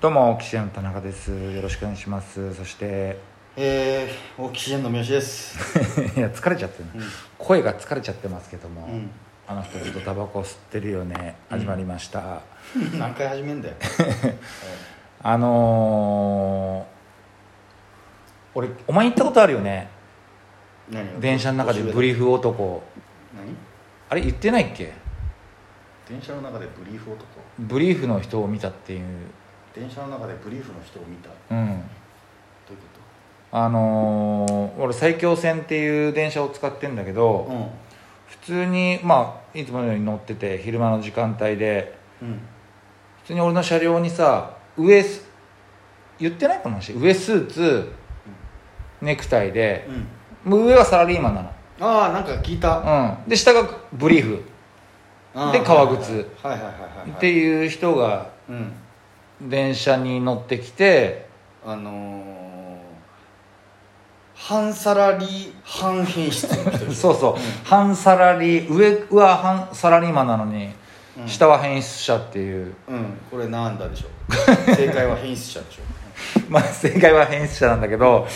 どうもオキシエンの田中ですよろしくお願いしますそして えー、オキシエンの三好です、いや疲れちゃってる、うん声が疲れちゃってますけども、うんあの人ずっとタバコ吸ってるよね始まりました、何回始め んだよ、あのー俺お前行ったことあるよねうん何電車の中でブリーフフ男何あれ言ってないっけ電車の中でブリーフ男ブリーフの人を見たっていう電車の中でブリーフの人を見たどうんういうあのー俺埼京線っていう電車を使ってんだけど、こと普通にまあいつものように乗ってて昼間の時間帯でうんうん普通に俺の車両にさ上す言ってないかもしれない上スーツネクタイでう、んもう上はサラリーマンなああなんか聞いた、の、うん、で下がブリーフあーで革靴はいはいはいはいはいってう、いう人がうん、電車に乗ってきてあのー、半サラリー半変質 の人そうそう、ん半サラリー上は半サラリーマンなのに、うん下は変質者っていううんこれなんだでしょう正解は変質者でし ょまあ正解は変質者なんだけど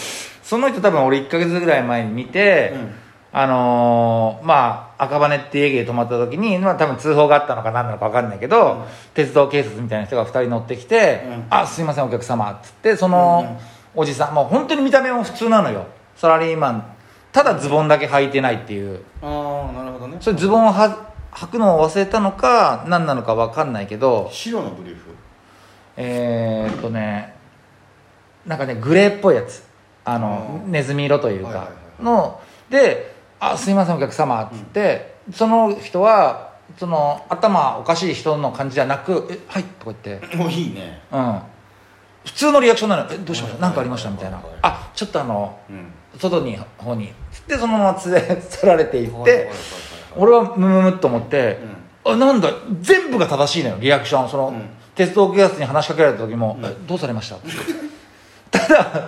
その人多分俺1ヶ月ぐらい前に見て、うんあのーまあ赤羽っていう駅で止まった時に、まあ、多分通報があったのか何なのか分かんないけど、うん鉄道警察みたいな人が2人乗ってきて「うんあすいませんお客様」っつってそのおじさん、もう本当に見た目も普通なのよサラリーマンただズボンだけ履いてないっていうああなるほどねそれズボンをは履くのを忘れたのか何なのか分かんないけど白のブリーフえー、っとねなんかねグレーっぽいやつあのあーネズミ色というはいはいかはいはいので「あすいませんお客様」っつって、その人はその頭おかしい人の感じじゃなく「えはい」とか言ってもういいねうん普通のリアクションなの「えどうしましたはいはいはい何かありました」みたいなはいはい「あちょっとあのうん外に方に」つってそのまま連れ去られていっはいはいはいてはい俺はムムムっと思って「あなんだ全部が正しいのよリアクションその、うん鉄道警察に話しかけられた時も「うんえどうされました?」た だ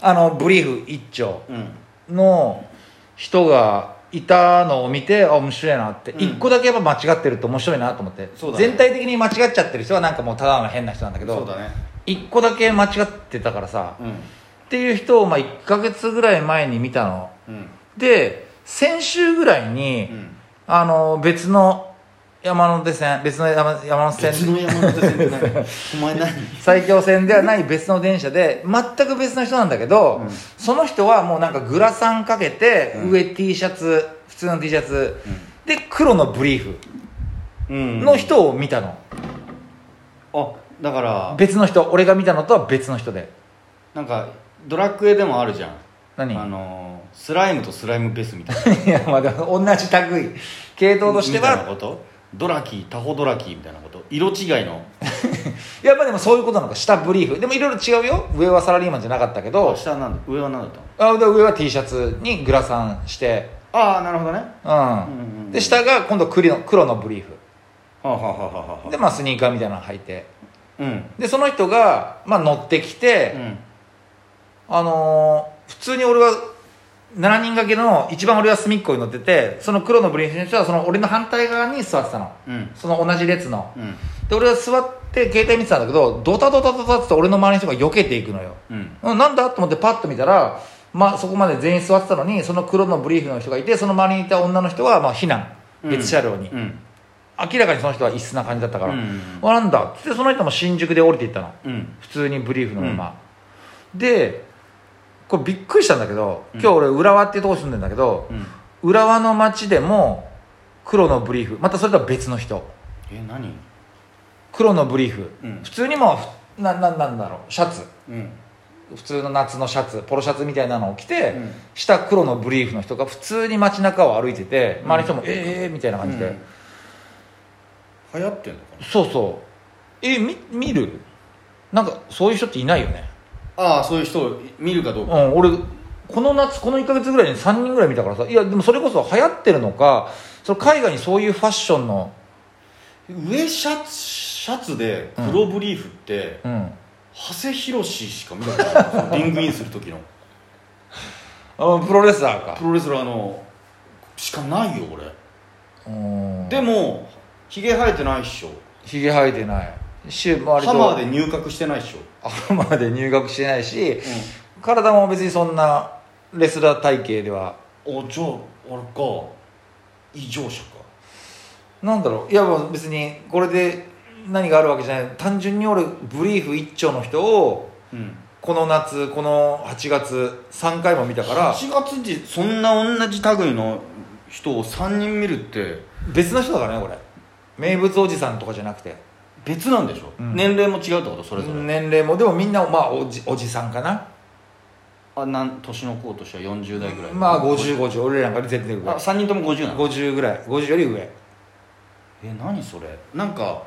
あのブリーフ一丁うんうんの人がいたのを見てあ面白いなって、うん一個だけやっぱ間違ってると面白いなと思って、そうだね全体的に間違っちゃってる人はなんかもうただの変な人なんだけそうどだね一個だけ間違ってたからさ、っうていう人をまあ1ヶ月ぐらい前に見たのんうんで先週ぐらいに、うんあの別の山手線別の山山手別線の山手線って何 お前何埼京線ではない別の電車で全く別の人なんだけど、うんその人はもうなんかグラサンかけて、うん上 T シャツ普通の T シャツ、で黒のブリーフうんの人を見たの、あだから別の人俺が見たのとは別の人でなんかドラクエでもあるじゃん何 あのースライムとスライムベスみたいないやまあでも同じ類系統としてみたいなはことドラキータホドラキーみたいなこと色違いのやっぱでもそういうことなのか下ブリーフでもいろいろ違うよ上はサラリーマンじゃなかったけど下は何だ上は何だったのあで上は T シャツにグラサンしてああなるほどねはうん、うんうんうんで下が今度栗の黒のブリーフあはあはあはあはでまあスニーカーみたいなの履いてあうんでその人が、まあ、乗ってきて、うんあのー普通に俺は7人掛けの一番俺は隅っこに乗っててその黒のブリーフの人はその俺の反対側に座ってたのうんその同じ列のうんで俺は座って携帯見てたんだけどドタドタドタって俺の周りの人が避けていくのようんうんなんだと思ってパッと見たら、まあ、そこまで全員座ってたのにその黒のブリーフの人がいてその周りにいた女の人はまあ避難別車両に、うん明らかにその人は異質な感じだったから、うんうんうあなんだっつってその人も新宿で降りていったのうん普通にブリーフのまま、でこれびっくりしたんだけど今日俺浦和っていうとこ住んでんだけどう、ん浦和の街でも黒のブリーフまたそれとは別の人え何黒のブリーフ、うん普通にもうなななんだろうシャツうん普通の夏のシャツポロシャツみたいなのを着て、うん下黒のブリーフの人が普通に街中を歩いてて周りの人も「ええー、みたいな感じで、うん流行ってんのかなそうそうえみ見るなんかそういう人っていないよねああそういう人を見るかどううかん俺この夏この1か月ぐらいに3人ぐらい見たからさいやでもそれこそ流行ってるのかその海外にそういうファッションの上シャツシャツで黒ブリーフって、うん長谷博しか見たことない リングインする時のあプロレスラーかプロレスラーのしかないよ俺うんでもひげ生えてないっしょひげ生えてない週も割とハマーで入閣してないっしょ、ハマーで入学してないし、体も別にそんなレスラー体型ではおじゃああれか異常者かなんだろういやもう別にこれで何があるわけじゃない単純に俺ブリーフ一丁の人をうんこの夏この8月3回も見たから8月時そんな同じ類の人を3人見るって別の人だからねこれ名物おじさんとかじゃなくて別なんでしょ、うん年齢も違うってことそれぞれ、年齢もでもみんなまあおじおじさんかなあなん年の子としては40代ぐらいまあ5050俺らなんかより全然上あ3人とも50なの50ぐらい50より上え何それなんか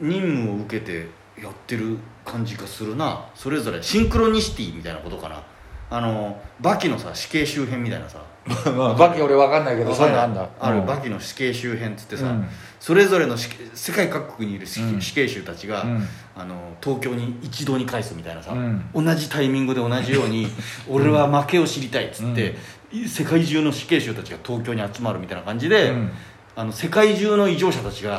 任務を受けてやってる感じがするなそれぞれシンクロニシティみたいなことかなあのバキのさ死刑周辺みたいなさ まあバキ俺分かんないけどわそうかいんうないのあんだあるうんバキの死刑周辺っつってさ、うんそれぞれの死刑世界各国にいる死うん死刑囚たちが、うんあの東京に一堂に会すみたいなさ、うん同じタイミングで同じように俺は負けを知りたいっつって、世界中の死刑囚たちが東京に集まるみたいな感じで、うんあの世界中の異常者た ちが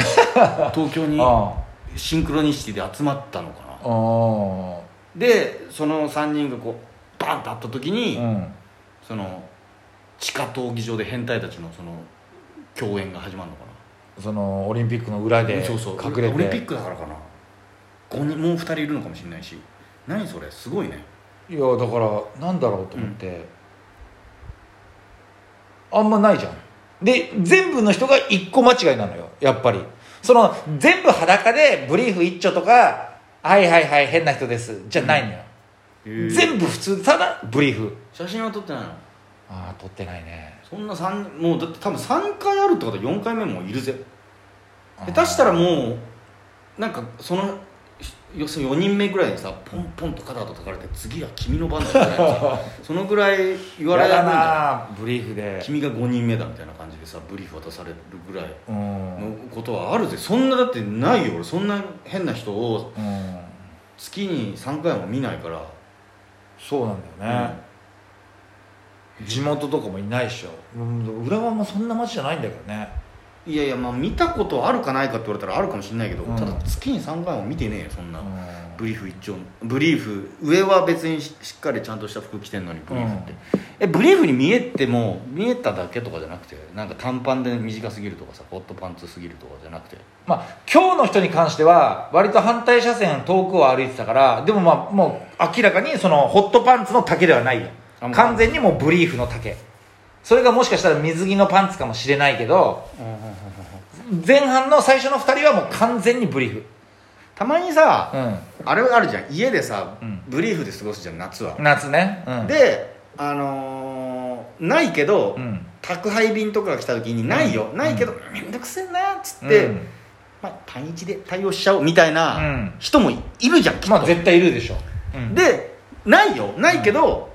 東京にああシンクロニシティで集まったのかなあでその3人がこうバンと会った時に、あうんその地下闘技場で変態たちのその共演が始まるのかなそのオリンピックの裏でそうそう隠れてオリンピックだからかな五人もう2人いるのかもしれないし何それすごいねいやだからなんだろうと思って、あんまないじゃんで全部の人が一個間違いなのよやっぱりその全部裸でブリーフ一丁とか「はいはいはい変な人です」じゃないのよ、全部部普通ただブリーフ写真は撮ってないのああ撮ってないねそんな3もうだって多分3回あるってことは4回目もいるぜ下手したららもうなんかそのよそ4人目ぐらいにさポンポンと肩を叩かれて次は君の番だみたいなさそのぐらい言われやるんだだなブリーフで君が5人目だみたいな感じでさブリーフ渡されるぐらいうん、うのん、ことはあるぜそんなだってないよ俺そんな変な人を月に3回も見ないからそうなんだよね、地元とかもいないっしょ、うん、浦和もそんな街じゃないんだけどねいやいやまあ見たことあるかないかって言われたらあるかもしれないけど、うんただ月に3回も見てねえよそんな、うんブリーフ一丁ブリーフ上は別にししっかりちゃんとした服着てんのにブリーフって、えブリーフに見えても見えただけとかじゃなくてなんか短パンで短すぎるとかさホットパンツすぎるとかじゃなくてまあ、今日の人に関しては割と反対車線遠くを歩いてたからでもまあもう明らかにそのホットパンツの丈ではないよあもう完全にもうブリーフの丈それがもしかしたら水着のパンツかもしれないけど前半の最初の2人はもう完全にブリーフたまにさ、うあれあるじゃん家でさ、うんブリーフで過ごすじゃん夏はん、夏ね、うん、であのーないけど、うん宅配便とかが来た時に「ないよ、ないけどめんどくせえな」っつって、うんまあ、単一で対応しちゃおうみたいなうん人もいるじゃん、きっとまあ絶対いるでしょ、うんでないよないけど、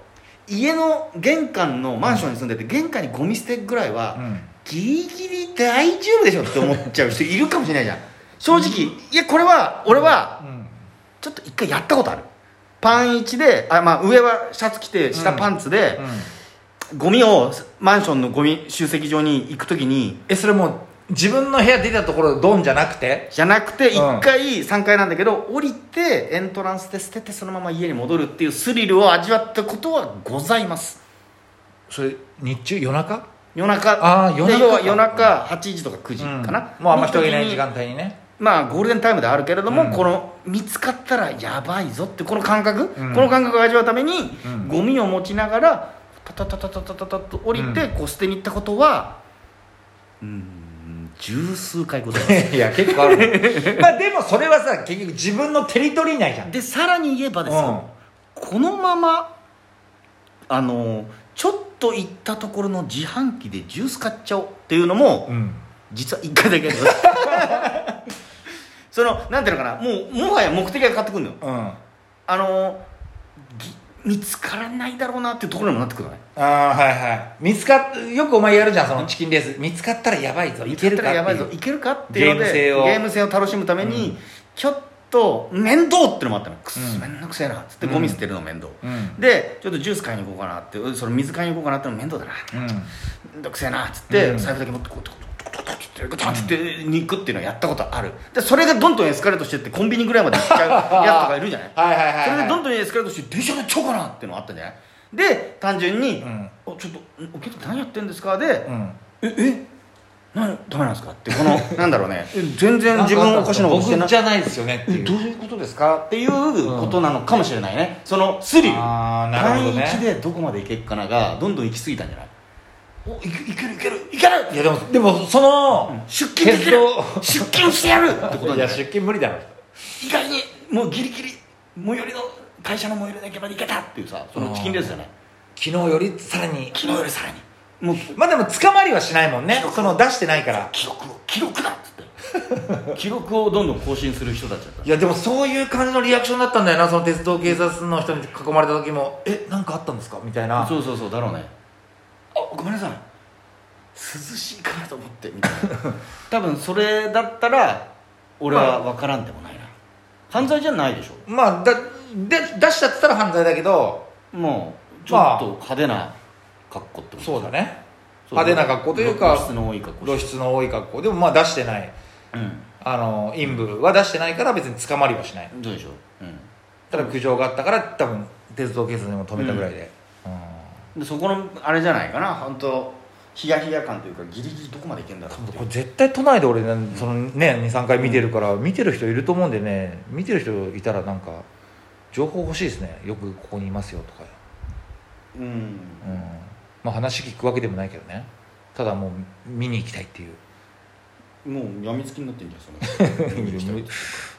家の玄関のマンションに住んでて玄関にゴミ捨てぐらいは、うんギリギリ大丈夫でしょって思っちゃう人いるかもしれないじゃん正直いやこれは俺はうんちょっと一回やったことあるパン一であ、まあ、上はシャツ着て下パンツで、うんゴミをマンションのゴミ集積場に行く時にえそれもう自分の部屋出たところでドンじゃなくてじゃなくてうん1回3回なんだけど、降りてエントランスで捨ててそのまま家に戻るっていうスリルを味わったことはございますそれ日中夜中夜中あー夜中で要は夜中8時とか9時かな、うんもうあんま人がいないの時時に間帯にねまあゴールデンタイムであるけれども、うんこの見つかったらやばいぞってこの感覚、うんこの感覚を味わうために、うんゴミを持ちながらタタタタタタタタと降りてうこう捨てに行ったことはうん十数回ご ざいま すいや結構あるね まあでもそれはさ結局自分のテリトリー内じゃんでさらに言えばですよ、このままあのちょっと行ったところの自販機でジュース買っちゃおうっていうのも、うん実は一回だけありますそのなんていうのかなもうもはや目的が変わってくるのようんああのぎ見つからないだろうなっていうところにもなってくるのねあーはいはい見つかっよくお前やるじゃんそのチキンレース見つかったらやばいぞいけるかって見つかったらいうやばいぞいけるかっていうのゲでーム性をゲーム性を楽しむために、ちょっと面倒ってのもあったのくっうんめんどくせえなっつってうんゴミ捨てるの面倒、うんでちょっとジュース買いに行こうかなってうんそれ水買いに行こうかなっての面倒だなうんめんどくせえなっつって、うん財布だけ持ってこうトコトコトコトコトコってガタンって言って肉っていうのはやったことあるでそれがどんどんエスカレートしてってコンビニぐらいまで行っちゃうやつとかいるじゃないはいはいはいはいそれでどんどんエスカレートして電車乗っちゃおうかなっていうのがあったんじゃないで単純に「んおちょっとお客さん何やってんですか?」でうん「ええなんダメなんですか?」ってこのなんだろうねえ全然自分おかしなことしてな僕いじゃないですよねっていうどういうことですかっていうことなのかもしれないね、そのスリルあーなるほどね単一でどこまでいけっかながどんどん行き過ぎたんじゃないおいけいけるいけるいけるいやでもでもその出勤できる鉄道出勤してやるってこといじゃやない出勤無理だろ意外にもうギリギリ最寄りの会社の最寄りの駅まで行けたっていうさそのチキンレースじゃない昨日よりさらに昨日よりさらにもうまあでも捕まりはしないもんねその出してないから記録を記録だっつ って記録をどんどん更新する人たちだったいやでもそういう感じのリアクションだったんだよなその鉄道警察の人に囲まれた時も「えなんかあったんですか?」みたいなそうそうそうだろうねあごめんなさい涼しいかなと思ってみたい な多分それだったら俺は分からんでもないな犯罪じゃないでしょまあだで出したって言ったら犯罪だけどもうちょまあっと派手な格好ってことそうだねね派手な格好という露出かの多い格好露出の多い格好でもまあ出してないうんあの陰部は出してないから別に捕まりはしないどうでしょう、ただ苦情があったから多分鉄道警察にも止めたぐらいで、うんうん、でそこのあれじゃないかな本当ヒヤヒヤ感というかギリギリどこまでいけんだろうっていこれう絶対都内で俺ね、そのね23回見てるから見てる人いると思うんでね見てる人いたらなんか情報欲しいですねよくここにいますよとか、うん、うんまあ、話聞くわけでもないけどねただもう見に行きたいっていうもうやみつきになってんじゃんその む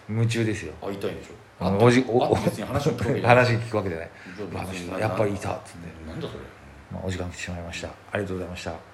夢中ですよ会いたいでしょあのおじおあ別に話を聞くわけじゃな い話聞くわけじゃないじゃあ別にあの人やっぱりいたっつって、なんだそれまあ、お時間来てしまいましたありがとうございました